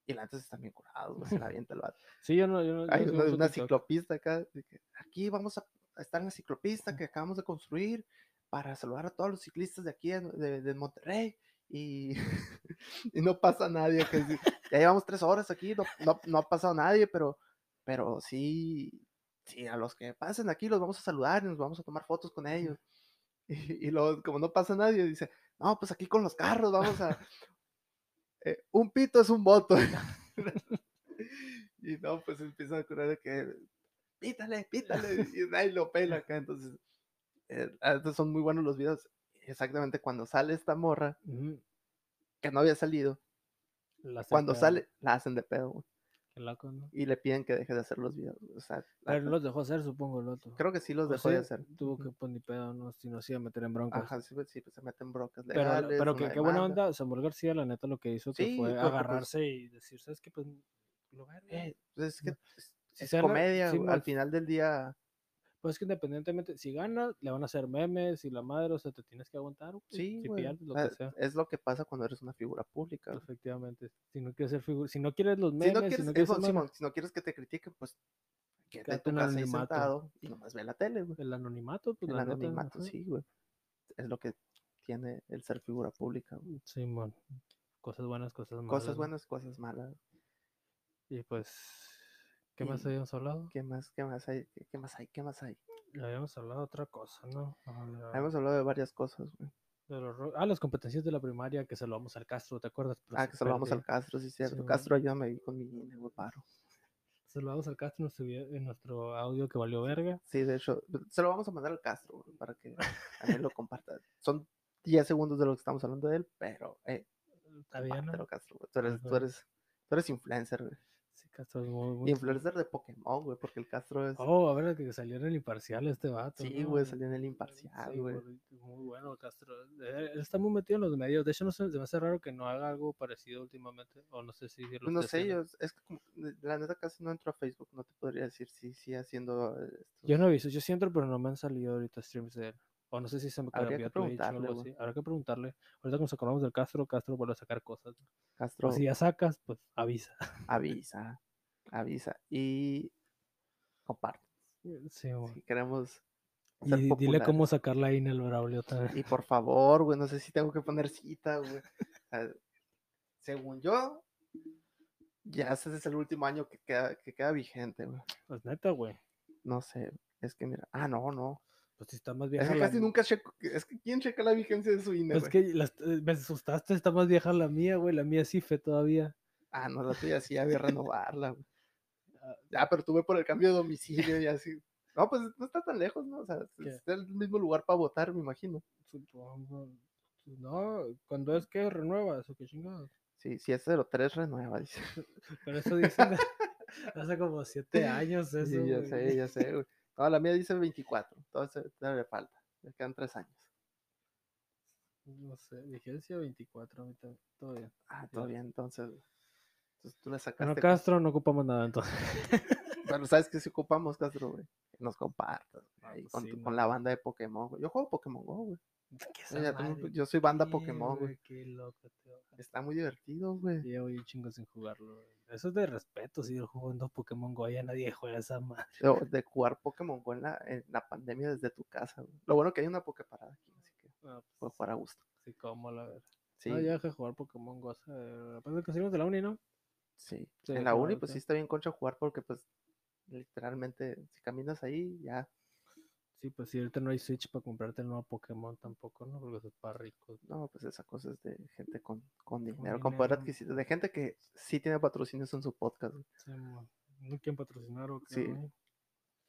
Speaker 3: Y la neta están bien curados, güey,
Speaker 1: (laughs)
Speaker 3: se la avienta el vato.
Speaker 1: Sí, yo no. Yo no yo
Speaker 3: Hay
Speaker 1: no sigo
Speaker 3: una,
Speaker 1: mucho
Speaker 3: una
Speaker 1: TikTok.
Speaker 3: ciclopista acá. de que, Aquí vamos a a estar en la ciclopista que acabamos de construir para saludar a todos los ciclistas de aquí, en- de, de Monterrey. Y, (laughs) y no pasa nadie. que sí, ya llevamos tres horas aquí, no, no- no ha pasado nadie, pero, pero sí, sí, a los que pasen aquí los vamos a saludar y nos vamos a tomar fotos con ellos. Y, y luego, como no pasa nadie, dice, no, pues aquí con los carros vamos a... eh, un pito es un voto. y no, pues empiezan a curar de que pítale, pítale, y nadie lo pela acá. Entonces, eh, la neta son muy buenos los videos. Exactamente cuando sale esta morra,
Speaker 1: Ujú.
Speaker 3: que no había salido,
Speaker 1: La hacen
Speaker 3: cuando
Speaker 1: pedo.
Speaker 3: sale, la hacen de pedo güey,
Speaker 1: Qué loco, ¿no?
Speaker 3: y le piden que deje de hacer los videos. güey, O sea, la
Speaker 1: Pero
Speaker 3: neta,
Speaker 1: los dejó hacer, supongo, el otro.
Speaker 3: creo que sí los
Speaker 1: O
Speaker 3: Pues dejó de
Speaker 1: sea,
Speaker 3: hacer.
Speaker 1: Pues Tuvo
Speaker 3: Ujú.
Speaker 1: que poner pedo, no, si no se iba a meter en broncas.
Speaker 3: Ajá, sí, pues, sí, pues, se meten brocas
Speaker 1: Pero,
Speaker 3: legales.
Speaker 1: pero
Speaker 3: una
Speaker 1: que, qué buena
Speaker 3: demanda.
Speaker 1: onda, Samuel García, la neta, lo que hizo que
Speaker 3: Sí,
Speaker 1: fue
Speaker 3: porque, pues,
Speaker 1: agarrarse y decir, ¿sabes qué? Pues, lo verga".
Speaker 3: Eh, pues, es que
Speaker 1: No.
Speaker 3: es-
Speaker 1: Si
Speaker 3: es
Speaker 1: se arre-
Speaker 3: comedia,
Speaker 1: sí,
Speaker 3: güey,
Speaker 1: mon.
Speaker 3: al final del día,
Speaker 1: Pues que independientemente, si ganas, le van a hacer memes y la madre, o sea, te tienes que aguantar. güey,
Speaker 3: sí,
Speaker 1: si
Speaker 3: güey, Ah,
Speaker 1: pierdes, lo
Speaker 3: o sea,
Speaker 1: que sea.
Speaker 3: es lo que pasa cuando eres una figura pública. güey.
Speaker 1: Efectivamente. Si no quieres ser figu- si no quieres los memes,
Speaker 3: si no quieres, eh,
Speaker 1: quieres ser
Speaker 3: bueno,
Speaker 1: mame,
Speaker 3: Simón, si no quieres que te critiquen, pues quédate en
Speaker 1: Quédate
Speaker 3: tu
Speaker 1: en
Speaker 3: casa ahí
Speaker 1: anonimato.
Speaker 3: sentado y nomás ve la tele, güey.
Speaker 1: el anonimato, pues
Speaker 3: El
Speaker 1: la neta,
Speaker 3: anonimato,
Speaker 1: ajá.
Speaker 3: sí, güey. Es lo que tiene el ser figura pública, güey.
Speaker 1: Sí, mon. Cosas buenas, cosas malas. ¿no?
Speaker 3: Cosas buenas, cosas malas.
Speaker 1: Y pues, ¿qué más
Speaker 3: Y-
Speaker 1: habíamos hablado?
Speaker 3: ¿Qué más, qué más hay? ¿Qué, qué más hay? ¿Qué más hay?
Speaker 1: Habíamos hablado de otra cosa, ¿no? Ah,
Speaker 3: Hemos hablado de varias cosas, güey.
Speaker 1: de los ro- ah, las competencias de la primaria que se lo vamos al Castro, ¿te acuerdas? Pero
Speaker 3: Ah,
Speaker 1: Pues se
Speaker 3: que saludamos al
Speaker 1: perdió.
Speaker 3: Castro, sí, cierto.
Speaker 1: Simón.
Speaker 3: Castro, ayúdame ahí con mi INE, güey, paro.
Speaker 1: Se lo vamos al Castro en nuestro, video- en nuestro audio que valió verga.
Speaker 3: Sí, de hecho, se lo vamos a mandar al Castro güey, para que también lo comparta. Son 10 segundos de lo que estamos hablando de él, pero eh,
Speaker 1: Está bien, ¿no?
Speaker 3: compártelo, Castro. güey. Tú eres, tú
Speaker 1: Ajá.
Speaker 3: eres, tú eres influencer, güey.
Speaker 1: Sí, Castro es muy, muy-
Speaker 3: Influencer de Pokémon, güey, porque el Castro es.
Speaker 1: Oh, a ver, que salió en el imparcial este vato.
Speaker 3: sí,
Speaker 1: ¿no?
Speaker 3: güey, salió en el
Speaker 1: Sí,
Speaker 3: imparcial, güey.
Speaker 1: por- muy bueno, Castro. Eh, Él está muy metido en los medios. De hecho, no sé, se me hace raro que no haga algo parecido últimamente. O no sé si lo
Speaker 3: Pues no
Speaker 1: esté
Speaker 3: sé,
Speaker 1: haciendo.
Speaker 3: yo, es que como- de- la neta casi no entro a Facebook, no te podría decir si sí haciendo eh, estos-
Speaker 1: Yo no he visto, yo sí entro, pero no me han salido ahorita streams de él. O no sé si se me
Speaker 3: Habría
Speaker 1: cambió
Speaker 3: que
Speaker 1: a Twitch o
Speaker 3: preguntarle,
Speaker 1: algo
Speaker 3: güey.
Speaker 1: así. Habrá que preguntarle. Ahorita que nos acordamos del Castro, Castro vuelve a sacar cosas. ¿no?
Speaker 3: Castro
Speaker 1: O si ya sacas, pues avisa.
Speaker 3: avisa, avisa y comparte.
Speaker 1: Sí, güey.
Speaker 3: Si queremos
Speaker 1: Y
Speaker 3: eh, ser
Speaker 1: di- dile cómo
Speaker 3: populares.
Speaker 1: sacarla ahí en el Braulio también.
Speaker 3: Y por favor, güey, no sé si tengo que poner cita, güey. Ah, Según yo, ya ese es el último año que queda, que queda vigente, güey.
Speaker 1: Pues neta, güey.
Speaker 3: No sé, es que mira, ah, no, no.
Speaker 1: Pues si está más
Speaker 3: Es
Speaker 1: vieja.
Speaker 3: que
Speaker 1: la
Speaker 3: casi
Speaker 1: mi-
Speaker 3: nunca checo, es que ¿quién checa la vigencia de su INE,
Speaker 1: Pues
Speaker 3: güey?
Speaker 1: que las- eh, me asustaste, está más vieja la mía, güey. La mía sí fe todavía.
Speaker 3: Ah, no, la tuya sí había renovarla, güey. Ah, pero tuve por el cambio de domicilio y así. No, pues no está tan lejos, ¿no? O sea, es-
Speaker 1: ¿Qué?
Speaker 3: está el mismo lugar para votar, me imagino.
Speaker 1: Supongo. No, cuando es que renuevas o qué chingados.
Speaker 3: Sí, si es 03, renueva, dice.
Speaker 1: Pero eso dicen de-
Speaker 3: (laughs)
Speaker 1: hace como siete años (laughs) eso.
Speaker 3: Sí, ya
Speaker 1: güey.
Speaker 3: sé, ya sé, güey. No, la mía dice 24, entonces todavía le falta. Le quedan tres años.
Speaker 1: No sé, vigencia 24, ahorita todavía.
Speaker 3: Ah, todo bien, entonces. Entonces tú la
Speaker 1: Bueno,
Speaker 3: sacaste. güey.
Speaker 1: Castro no ocupamos nada entonces. (laughs)
Speaker 3: Pero sabes que si ocupamos, Castro, güey. Que nos compartas
Speaker 1: Ah,
Speaker 3: ahí
Speaker 1: pues
Speaker 3: con,
Speaker 1: sí,
Speaker 3: tu-
Speaker 1: no.
Speaker 3: con la banda de Pokémon, güey. Yo juego Pokémon Go, güey.
Speaker 1: ¿Qué
Speaker 3: Yo,
Speaker 1: esa
Speaker 3: ya tengo-
Speaker 1: madre?
Speaker 3: yo soy banda
Speaker 1: Sí,
Speaker 3: Pokémon, güey.
Speaker 1: Qué loco, tío.
Speaker 3: Está muy divertido, güey.
Speaker 1: Llevo un chingo sin jugarlo. güey. Eso es de respeto, si yo jugando Pokémon Go, ya nadie juega esa madre.
Speaker 3: Yo, de jugar Pokémon Go en la, en la pandemia desde tu casa. güey. Lo bueno que hay una Poképarada aquí, así que
Speaker 1: (laughs) No,
Speaker 3: puedo
Speaker 1: pues,
Speaker 3: jugar a gusto.
Speaker 1: sí, cómo la verdad.
Speaker 3: Sí,
Speaker 1: No, ya dejé de jugar Pokémon Go. hace- Apenas que salimos de la uni, ¿no?
Speaker 3: sí.
Speaker 1: sí,
Speaker 3: En la
Speaker 1: no,
Speaker 3: uni,
Speaker 1: ahorita.
Speaker 3: pues sí está bien concha jugar porque, pues, literalmente, si caminas ahí, ya.
Speaker 1: Sí, pues sí, ahorita no hay Switch para comprarte el nuevo Pokémon tampoco, ¿no? Porque eso es para ricos.
Speaker 3: No, pues esa cosa es de gente con, con dinero, con, poder
Speaker 1: dinero.
Speaker 3: adquisitivo. De gente que sí tiene patrocinios en su podcast. güey.
Speaker 1: Sí, mo- no quieren patrocinar o qué,
Speaker 3: Sí.
Speaker 1: güey?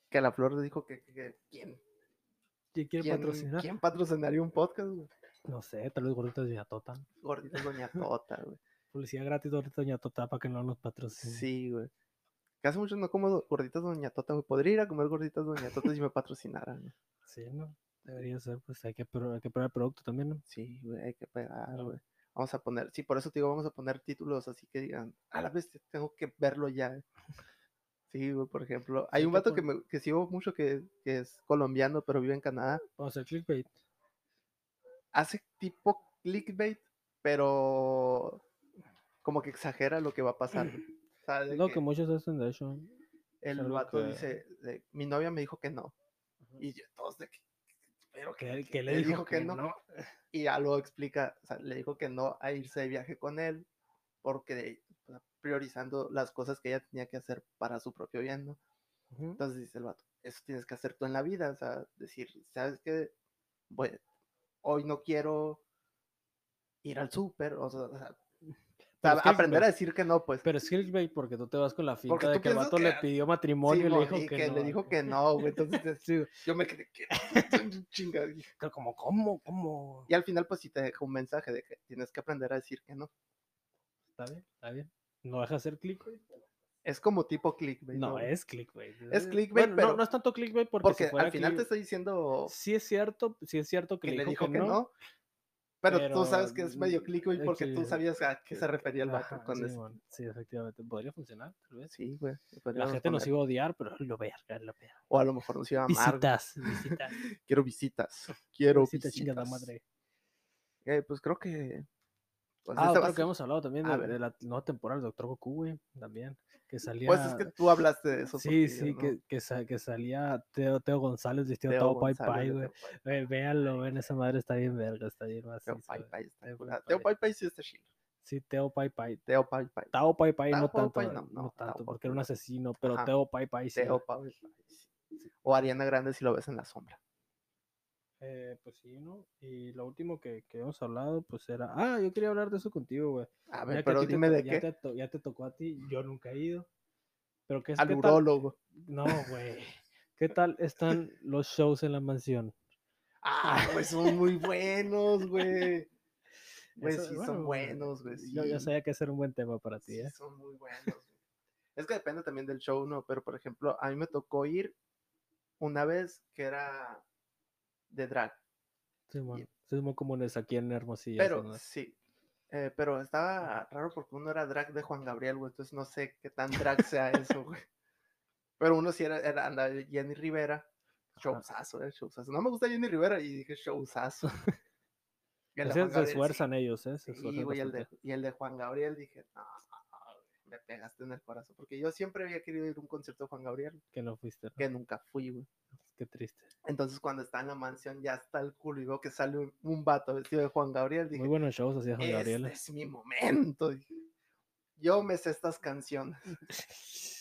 Speaker 3: Que la flor le dijo que, que- que ¿quién,
Speaker 1: ¿Quién quiere
Speaker 3: quién-
Speaker 1: patrocinar?
Speaker 3: quién patrocinaría un podcast, güey?
Speaker 1: (laughs) No sé, tal vez gorditas de Tota.
Speaker 3: Gordito Doña Tota, güey.
Speaker 1: Publicidad gratis ahorita Doña Tota para que no nos patrocine.
Speaker 3: Sí, güey. Que hace mucho no como do- gorditas Doña Tota, güey. Podría ir a comer gorditas Doña Tota si me patrocinaran, güey.
Speaker 1: Sí, ¿no? Debería ser, pues hay que, pro- hay que probar el producto también, ¿no?
Speaker 3: Sí, güey, hay que pegar,
Speaker 1: Claro.
Speaker 3: güey. Vamos a poner, sí, por eso te digo, vamos a poner títulos así que digan, a la bestia, tengo que verlo ya. Sí, güey, por ejemplo, hay
Speaker 1: Sí,
Speaker 3: un
Speaker 1: que
Speaker 3: vato que,
Speaker 1: pon-
Speaker 3: me, que sigo mucho que, que es colombiano, pero vive en Canadá.
Speaker 1: Vamos a hacer clickbait.
Speaker 3: Hace tipo clickbait, pero como que exagera lo que va a pasar. güey. O sea, de
Speaker 1: Lo
Speaker 3: que
Speaker 1: que muchos hacen, de hecho.
Speaker 3: el
Speaker 1: algo
Speaker 3: vato
Speaker 1: que-
Speaker 3: dice, de- mi novia me dijo que no.
Speaker 1: Ajá.
Speaker 3: Y yo, todos de que, pero que,
Speaker 1: Que,
Speaker 3: que-
Speaker 1: que le
Speaker 3: él
Speaker 1: dijo, que, no.
Speaker 3: y ya lo explica, o sea, le dijo que no a irse de viaje con él porque o sea, priorizando las cosas que ella tenía que hacer para su propio bien, ¿no?
Speaker 1: Ujú.
Speaker 3: Entonces dice el vato, eso tienes que hacer tú en la vida, o sea, decir, ¿sabes qué? Voy- hoy no quiero ir al súper, o sea, o sea,
Speaker 1: Pero
Speaker 3: sab-
Speaker 1: es que-
Speaker 3: aprender a
Speaker 1: pero-
Speaker 3: decir que no, pues.
Speaker 1: Pero es clickbait porque tú te vas con la
Speaker 3: Porque
Speaker 1: finta de
Speaker 3: tú
Speaker 1: que el
Speaker 3: piensas
Speaker 1: vato le
Speaker 3: que-
Speaker 1: pidió matrimonio y
Speaker 3: Simón,
Speaker 1: le dijo
Speaker 3: y
Speaker 1: que,
Speaker 3: que
Speaker 1: no.
Speaker 3: le dijo que no, güey,
Speaker 1: (laughs)
Speaker 3: entonces
Speaker 1: Sí,
Speaker 3: yo me quedé que chinga, dije.
Speaker 1: pero como, ¿cómo? ¿Cómo?
Speaker 3: Y al final pues sí te deja un mensaje de que tienes que aprender a decir que no.
Speaker 1: Está bien, está bien. No deja hacer clickbait.
Speaker 3: Es como tipo clickbait.
Speaker 1: No,
Speaker 3: güey?
Speaker 1: es clickbait.
Speaker 3: Es clickbait,
Speaker 1: Bueno, no,
Speaker 3: pero-
Speaker 1: no es tanto clickbait porque,
Speaker 3: Porque,
Speaker 1: si fuera
Speaker 3: al final te
Speaker 1: click-
Speaker 3: está diciendo
Speaker 1: Sí es cierto, sí es cierto que,
Speaker 3: que
Speaker 1: le dijo que,
Speaker 3: no,
Speaker 1: no.
Speaker 3: pero,
Speaker 1: pero
Speaker 3: tú sabes que es medio
Speaker 1: n-
Speaker 3: clickbait
Speaker 1: es
Speaker 3: porque
Speaker 1: que-
Speaker 3: tú
Speaker 1: eh,
Speaker 3: sabías a qué se refería el vato
Speaker 1: Ajá,
Speaker 3: con
Speaker 1: sí,
Speaker 3: eso.
Speaker 1: mon, sí, efectivamente. Podría funcionar, tal vez.
Speaker 3: Sí, güey. le
Speaker 1: La
Speaker 3: podríamos
Speaker 1: gente nos
Speaker 3: poner.
Speaker 1: iba a odiar, pero lo verga, lo verga.
Speaker 3: O a lo mejor nos iba a amar. güey.
Speaker 1: Visitas,
Speaker 3: (laughs)
Speaker 1: visitas.
Speaker 3: Quiero visitas. Quiero
Speaker 1: visitas,
Speaker 3: visitas.
Speaker 1: chingada madre.
Speaker 3: Eh, pues creo que. pues,
Speaker 1: Ah,
Speaker 3: esta
Speaker 1: otro
Speaker 3: va a
Speaker 1: que
Speaker 3: ser-
Speaker 1: hemos hablado también
Speaker 3: A
Speaker 1: de,
Speaker 3: ver.
Speaker 1: de la nueva temporada del Doctor Goku, güey, también. Que salía.
Speaker 3: Pues es que tú hablaste de eso.
Speaker 1: Sí,
Speaker 3: porque yo
Speaker 1: sí,
Speaker 3: no.
Speaker 1: que, que, sa- que salía Teo, Teo González vestido
Speaker 3: Teo
Speaker 1: todo Pai
Speaker 3: González
Speaker 1: Pai,
Speaker 3: de
Speaker 1: güey.
Speaker 3: Teo Pai-
Speaker 1: Ve- Véanlo, ven, esa madre está bien verga, está bien macizo,
Speaker 3: Teo Pai
Speaker 1: güey.
Speaker 3: Pai está
Speaker 1: Teo
Speaker 3: curada.
Speaker 1: Pai
Speaker 3: Teo
Speaker 1: Pai.
Speaker 3: Pai Pai sí está chido.
Speaker 1: Sí, Teo Pai Pai.
Speaker 3: Teo Pai Pai.
Speaker 1: Tao Pai Pai no
Speaker 3: Tao Pai
Speaker 1: tanto,
Speaker 3: Pai,
Speaker 1: eh,
Speaker 3: no,
Speaker 1: no
Speaker 3: no, Tao
Speaker 1: tanto,
Speaker 3: Pai
Speaker 1: porque era un
Speaker 3: no.
Speaker 1: asesino, pero
Speaker 3: Ajá.
Speaker 1: Teo Pai Pai sí.
Speaker 3: Teo Pai Pai. sí. O Ariana Grande si lo ves en la sombra.
Speaker 1: Eh, pues sí, ¿no? Y lo último que, que hemos hablado, pues era. Ah, yo quería hablar de eso contigo, güey.
Speaker 3: A
Speaker 1: Ya
Speaker 3: ver,
Speaker 1: que
Speaker 3: pero
Speaker 1: ti te
Speaker 3: dime
Speaker 1: to-
Speaker 3: de
Speaker 1: ya
Speaker 3: qué.
Speaker 1: Te, to- ya te tocó a ti, yo nunca he ido. Pero que es
Speaker 3: Al
Speaker 1: ¿qué tal? (laughs)
Speaker 3: urólogo.
Speaker 1: No, güey. ¿Qué tal están los shows en la mansión?
Speaker 3: Ah, pues son muy buenos,
Speaker 1: (laughs)
Speaker 3: güey. Güey,
Speaker 1: Eso-
Speaker 3: sí,
Speaker 1: bueno,
Speaker 3: son buenos, güey.
Speaker 1: Yo, yo
Speaker 3: Pues sí.
Speaker 1: sabía que ese era un buen tema para ti,
Speaker 3: Sí,
Speaker 1: ¿eh?
Speaker 3: son muy buenos. güey. Es que depende también del show, ¿no? Pero, por ejemplo, a mí me tocó ir una vez que era de drag.
Speaker 1: Simón, Simón Comunes aquí en Hermosillo.
Speaker 3: pero,
Speaker 1: haciendo-
Speaker 3: sí. Eh, pero estaba raro porque uno era drag de Juan Gabriel, güey. Entonces no sé qué tan drag sea eso, güey. Pero uno sí era, era andaba Jenny Rivera. Showzazo, eh, showzazo. No me gusta Jenny Rivera y dije showzazo. Y el
Speaker 1: Ese-
Speaker 3: de Juan
Speaker 1: se
Speaker 3: Gabriel, sí,
Speaker 1: esfuerzan ellos, ¿eh? Se
Speaker 3: Sí,
Speaker 1: esfuerzan
Speaker 3: güey, el de,
Speaker 1: bastante.
Speaker 3: y el de Juan Gabriel dije, no, güey, me pegaste en el corazón. Porque yo siempre había querido ir a un concierto de Juan Gabriel,
Speaker 1: Que no fuiste, ¿no?
Speaker 3: que nunca fui, güey.
Speaker 1: Qué triste.
Speaker 3: Entonces cuando está en la mansión ya está el culo y veo que sale un, un vato vestido de Juan Gabriel. Dije,
Speaker 1: Muy buenos shows hacía Juan Gabriel.
Speaker 3: este es mi momento. dije. Yo me sé estas canciones.
Speaker 1: (laughs)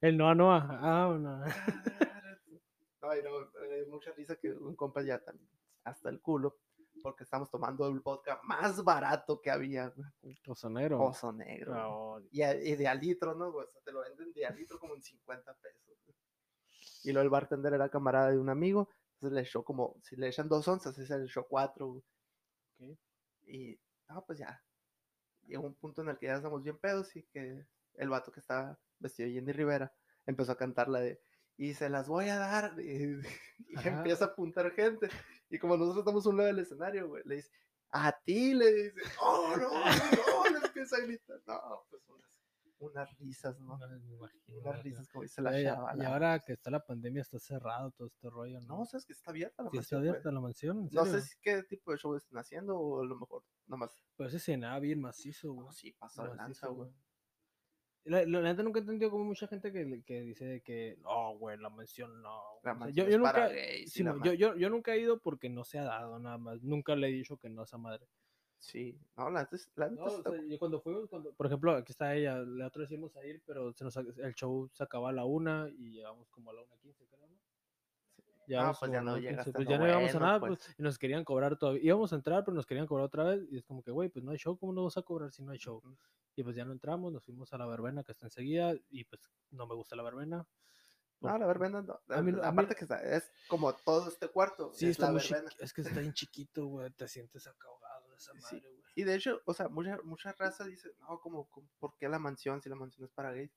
Speaker 1: El Noa Noa. Ah, no.
Speaker 3: Ay, (laughs) no, me dio mucha risa que un compa ya también, hasta el culo, porque estamos tomando el vodka más barato que había, güey,
Speaker 1: Ozonero.
Speaker 3: Oso Negro. güey.
Speaker 1: Ah,
Speaker 3: Y, a- y de al litro, ¿no? güey? O sea, te lo venden de al litro como en 50 pesos. güey. Y luego el bartender era camarada de un amigo, entonces le echó como, si le echan dos onzas, ese le echó cuatro. güey.
Speaker 1: Ok.
Speaker 3: Y, no, pues ya. Llegó un punto en el que ya estamos bien pedos y que el vato que estaba vestido de Jenny Rivera empezó a cantar la de, y se las voy a dar. (laughs) Y, y
Speaker 1: Ajá.
Speaker 3: empieza a apuntar gente. Y como nosotros estamos a un lado del escenario, güey, le dice, a ti le dice, oh no, no, le empieza a gritar. No, pues unas, unas risas, ¿no?
Speaker 1: no, me imagino,
Speaker 3: Unas
Speaker 1: ¿verdad?
Speaker 3: risas como dice la
Speaker 1: Oye,
Speaker 3: chava.
Speaker 1: Y
Speaker 3: la-
Speaker 1: ahora que está la pandemia, está cerrado todo este rollo, ¿no?
Speaker 3: No, sabes que está abierta la
Speaker 1: Sí está
Speaker 3: mansión, güey.
Speaker 1: abierta la mansión. ¿en
Speaker 3: No sé
Speaker 1: serio?
Speaker 3: si- qué tipo de show están haciendo o a lo mejor nomás.
Speaker 1: Pero ese cenaba bien macizo, güey.
Speaker 3: No, sí, pasó de lanza,
Speaker 1: macizo,
Speaker 3: güey.
Speaker 1: La, la neta nunca he entendido como mucha gente que, le- que dice de que no, güey, la mansión no.
Speaker 3: La
Speaker 1: güey". O sea,
Speaker 3: mansión
Speaker 1: yo,
Speaker 3: es
Speaker 1: yo nunca,
Speaker 3: para gays y la
Speaker 1: Simón,
Speaker 3: ma-
Speaker 1: yo, yo, yo nunca he ido porque no se ha dado nada más. Nunca le he dicho que no a esa madre.
Speaker 3: Sí, no, la neta es- la neta
Speaker 1: No, o
Speaker 3: está-
Speaker 1: sea, yo cuando fuimos, cuando- por ejemplo, aquí está ella, la otra vez íbamos a ir, pero se nos, ac- el show se acababa a la una y llegamos como a la una quince, creo, ¿no? Llegamos
Speaker 3: pues
Speaker 1: como
Speaker 3: ya
Speaker 1: a la
Speaker 3: no
Speaker 1: 1:15,
Speaker 3: llegaste a
Speaker 1: pues
Speaker 3: lo
Speaker 1: ya no íbamos a
Speaker 3: bueno,
Speaker 1: nada,
Speaker 3: pues.
Speaker 1: pues, y nos querían cobrar todavía. Íbamos a entrar, pero nos querían cobrar otra vez, y es como que, güey, pues no hay show, ¿cómo no vas a cobrar si no hay show?
Speaker 3: Ujú.
Speaker 1: Y pues ya no entramos, nos fuimos a la verbena que está enseguida, y pues no me gusta la verbena.
Speaker 3: No, la verbena no.
Speaker 1: A mí lo- a mí-
Speaker 3: Aparte que está- es como todo este cuarto.
Speaker 1: Sí,
Speaker 3: es
Speaker 1: está
Speaker 3: la
Speaker 1: muy
Speaker 3: verbena.
Speaker 1: chiqui- es que
Speaker 3: (laughs)
Speaker 1: está bien chiquito, güey, te sientes acabado de esa
Speaker 3: Sí.
Speaker 1: madre, güey.
Speaker 3: Y de hecho, o sea, mucha, mucha raza dice, no, como, como, ¿por qué la mansión si la mansión es para gays?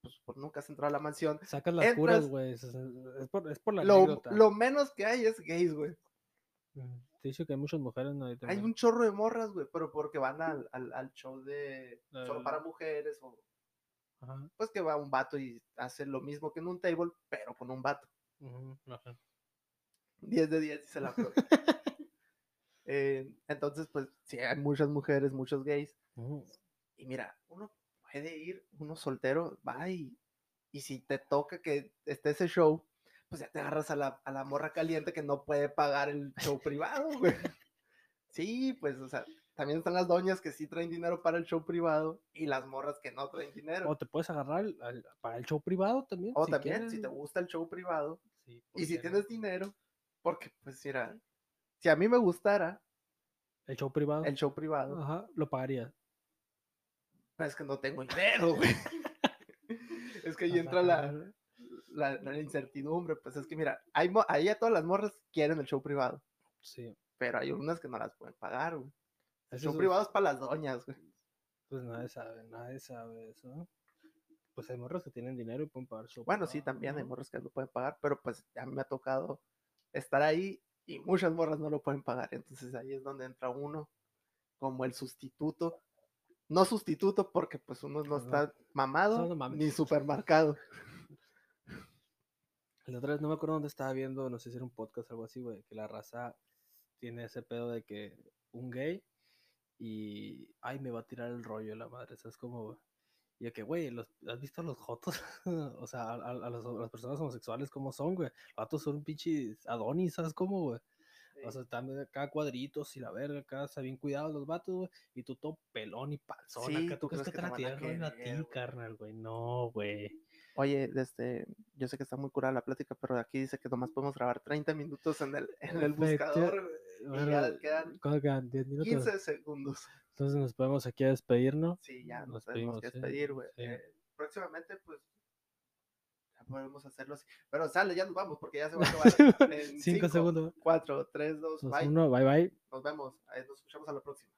Speaker 3: Pues por nunca has entrado a la mansión.
Speaker 1: Sacas las curas,
Speaker 3: Entras-
Speaker 1: güey, es, es- es por, es por la
Speaker 3: Lo,
Speaker 1: anécdota.
Speaker 3: lo menos que hay es gays, güey.
Speaker 1: Mm, Te he dicho que hay muchas mujeres, ¿no? Ahí
Speaker 3: Hay
Speaker 1: también.
Speaker 3: un chorro de morras, güey, pero porque van al, al, al show de solo
Speaker 1: Del-
Speaker 3: para mujeres o
Speaker 1: Ajá,
Speaker 3: pues que va un vato y hace lo mismo que en un table, pero con un vato.
Speaker 1: ujú, ajá.
Speaker 3: 10 de 10
Speaker 1: (laughs)
Speaker 3: dice la flor. Eh, entonces, pues sí, hay muchas mujeres, muchos gays.
Speaker 1: Ujú.
Speaker 3: Y mira, uno puede ir, uno soltero, va y, y si te toca que esté ese show, pues ya te agarras a la, a la morra caliente que no puede pagar el show privado, güey. Sí, pues, o sea, también están las doñas que sí traen dinero para el show privado y las morras que no traen dinero.
Speaker 1: O te puedes agarrar al- al- para el show privado también.
Speaker 3: O también, si te
Speaker 1: quieres.
Speaker 3: gusta el show privado
Speaker 1: Sí, ¿por
Speaker 3: y si
Speaker 1: qué no?
Speaker 3: tienes dinero, porque, pues, mira, si a mí me gustara
Speaker 1: El show privado.
Speaker 3: el show privado,
Speaker 1: Ajá, lo pagaría.
Speaker 3: es que no tengo dinero, güey. (laughs) Es que ahí entra la,
Speaker 1: Ajá.
Speaker 3: la, la incertidumbre, pues es que mira, hay, mo- ahí a todas las morras quieren el show privado,
Speaker 1: Sí.
Speaker 3: pero hay unas que no las pueden pagar, güey. El
Speaker 1: Eso
Speaker 3: show
Speaker 1: es-
Speaker 3: privado es para las doñas, güey.
Speaker 1: Pues nadie sabe, nadie sabe eso. Pues hay morros que tienen dinero y pueden pagar show
Speaker 3: Bueno, sí,
Speaker 1: privado,
Speaker 3: también hay
Speaker 1: ¿no?
Speaker 3: morras que no pueden pagar, pero pues a mí me ha tocado estar ahí y muchas morras no lo pueden pagar, entonces ahí es donde entra uno como el sustituto. No sustituto porque pues uno no
Speaker 1: Pues no.
Speaker 3: está mamado
Speaker 1: no mames.
Speaker 3: ni supermercado.
Speaker 1: La otra vez no me acuerdo dónde estaba viendo, no sé si era un podcast o algo así, güey, que la raza tiene ese pedo de que un gay y, ay, me va a tirar el rollo la madre, ¿sabes cómo, güey? Y de que, güey, los- ¿has visto a los jotos? (laughs) o sea, a, a- a los- a las personas homosexuales, ¿cómo son, güey? Los vatos son un pinche Adonis, ¿sabes cómo, güey? O sea, están de acá cuadritos y la verga, acá está bien cuidados los vatos, güey. Y tú todo pelón y panzón.
Speaker 3: Sí,
Speaker 1: acá
Speaker 3: ¿tú
Speaker 1: tú crees que te van a tirar el rollo a ti,
Speaker 3: querer, güey?
Speaker 1: carnal, güey. No, güey.
Speaker 3: Oye, este, yo sé que está muy curada la plática, pero aquí dice que nomás podemos grabar 30 minutos en el, en el
Speaker 1: Efecti-
Speaker 3: buscador. güey.
Speaker 1: Bueno,
Speaker 3: ya quedan
Speaker 1: ¿cuánto quedan? ¿10 minutos?
Speaker 3: 15 segundos.
Speaker 1: Entonces nos podemos aquí a despedirnos.
Speaker 3: Sí, ya
Speaker 1: Nos
Speaker 3: nos tenemos que
Speaker 1: despedimos, sí,
Speaker 3: despedir, güey.
Speaker 1: sí.
Speaker 3: Eh, próximamente, pues, ya podemos hacerlo así. Pero sale, ya nos vamos, porque ya se va a
Speaker 1: (laughs)
Speaker 3: acabar. en
Speaker 1: Cinco segundos.
Speaker 3: 4, 3, 2,
Speaker 1: Dos,
Speaker 3: bye.
Speaker 1: uno, bye bye.
Speaker 3: Nos vemos. eh, Nos escuchamos a la próxima.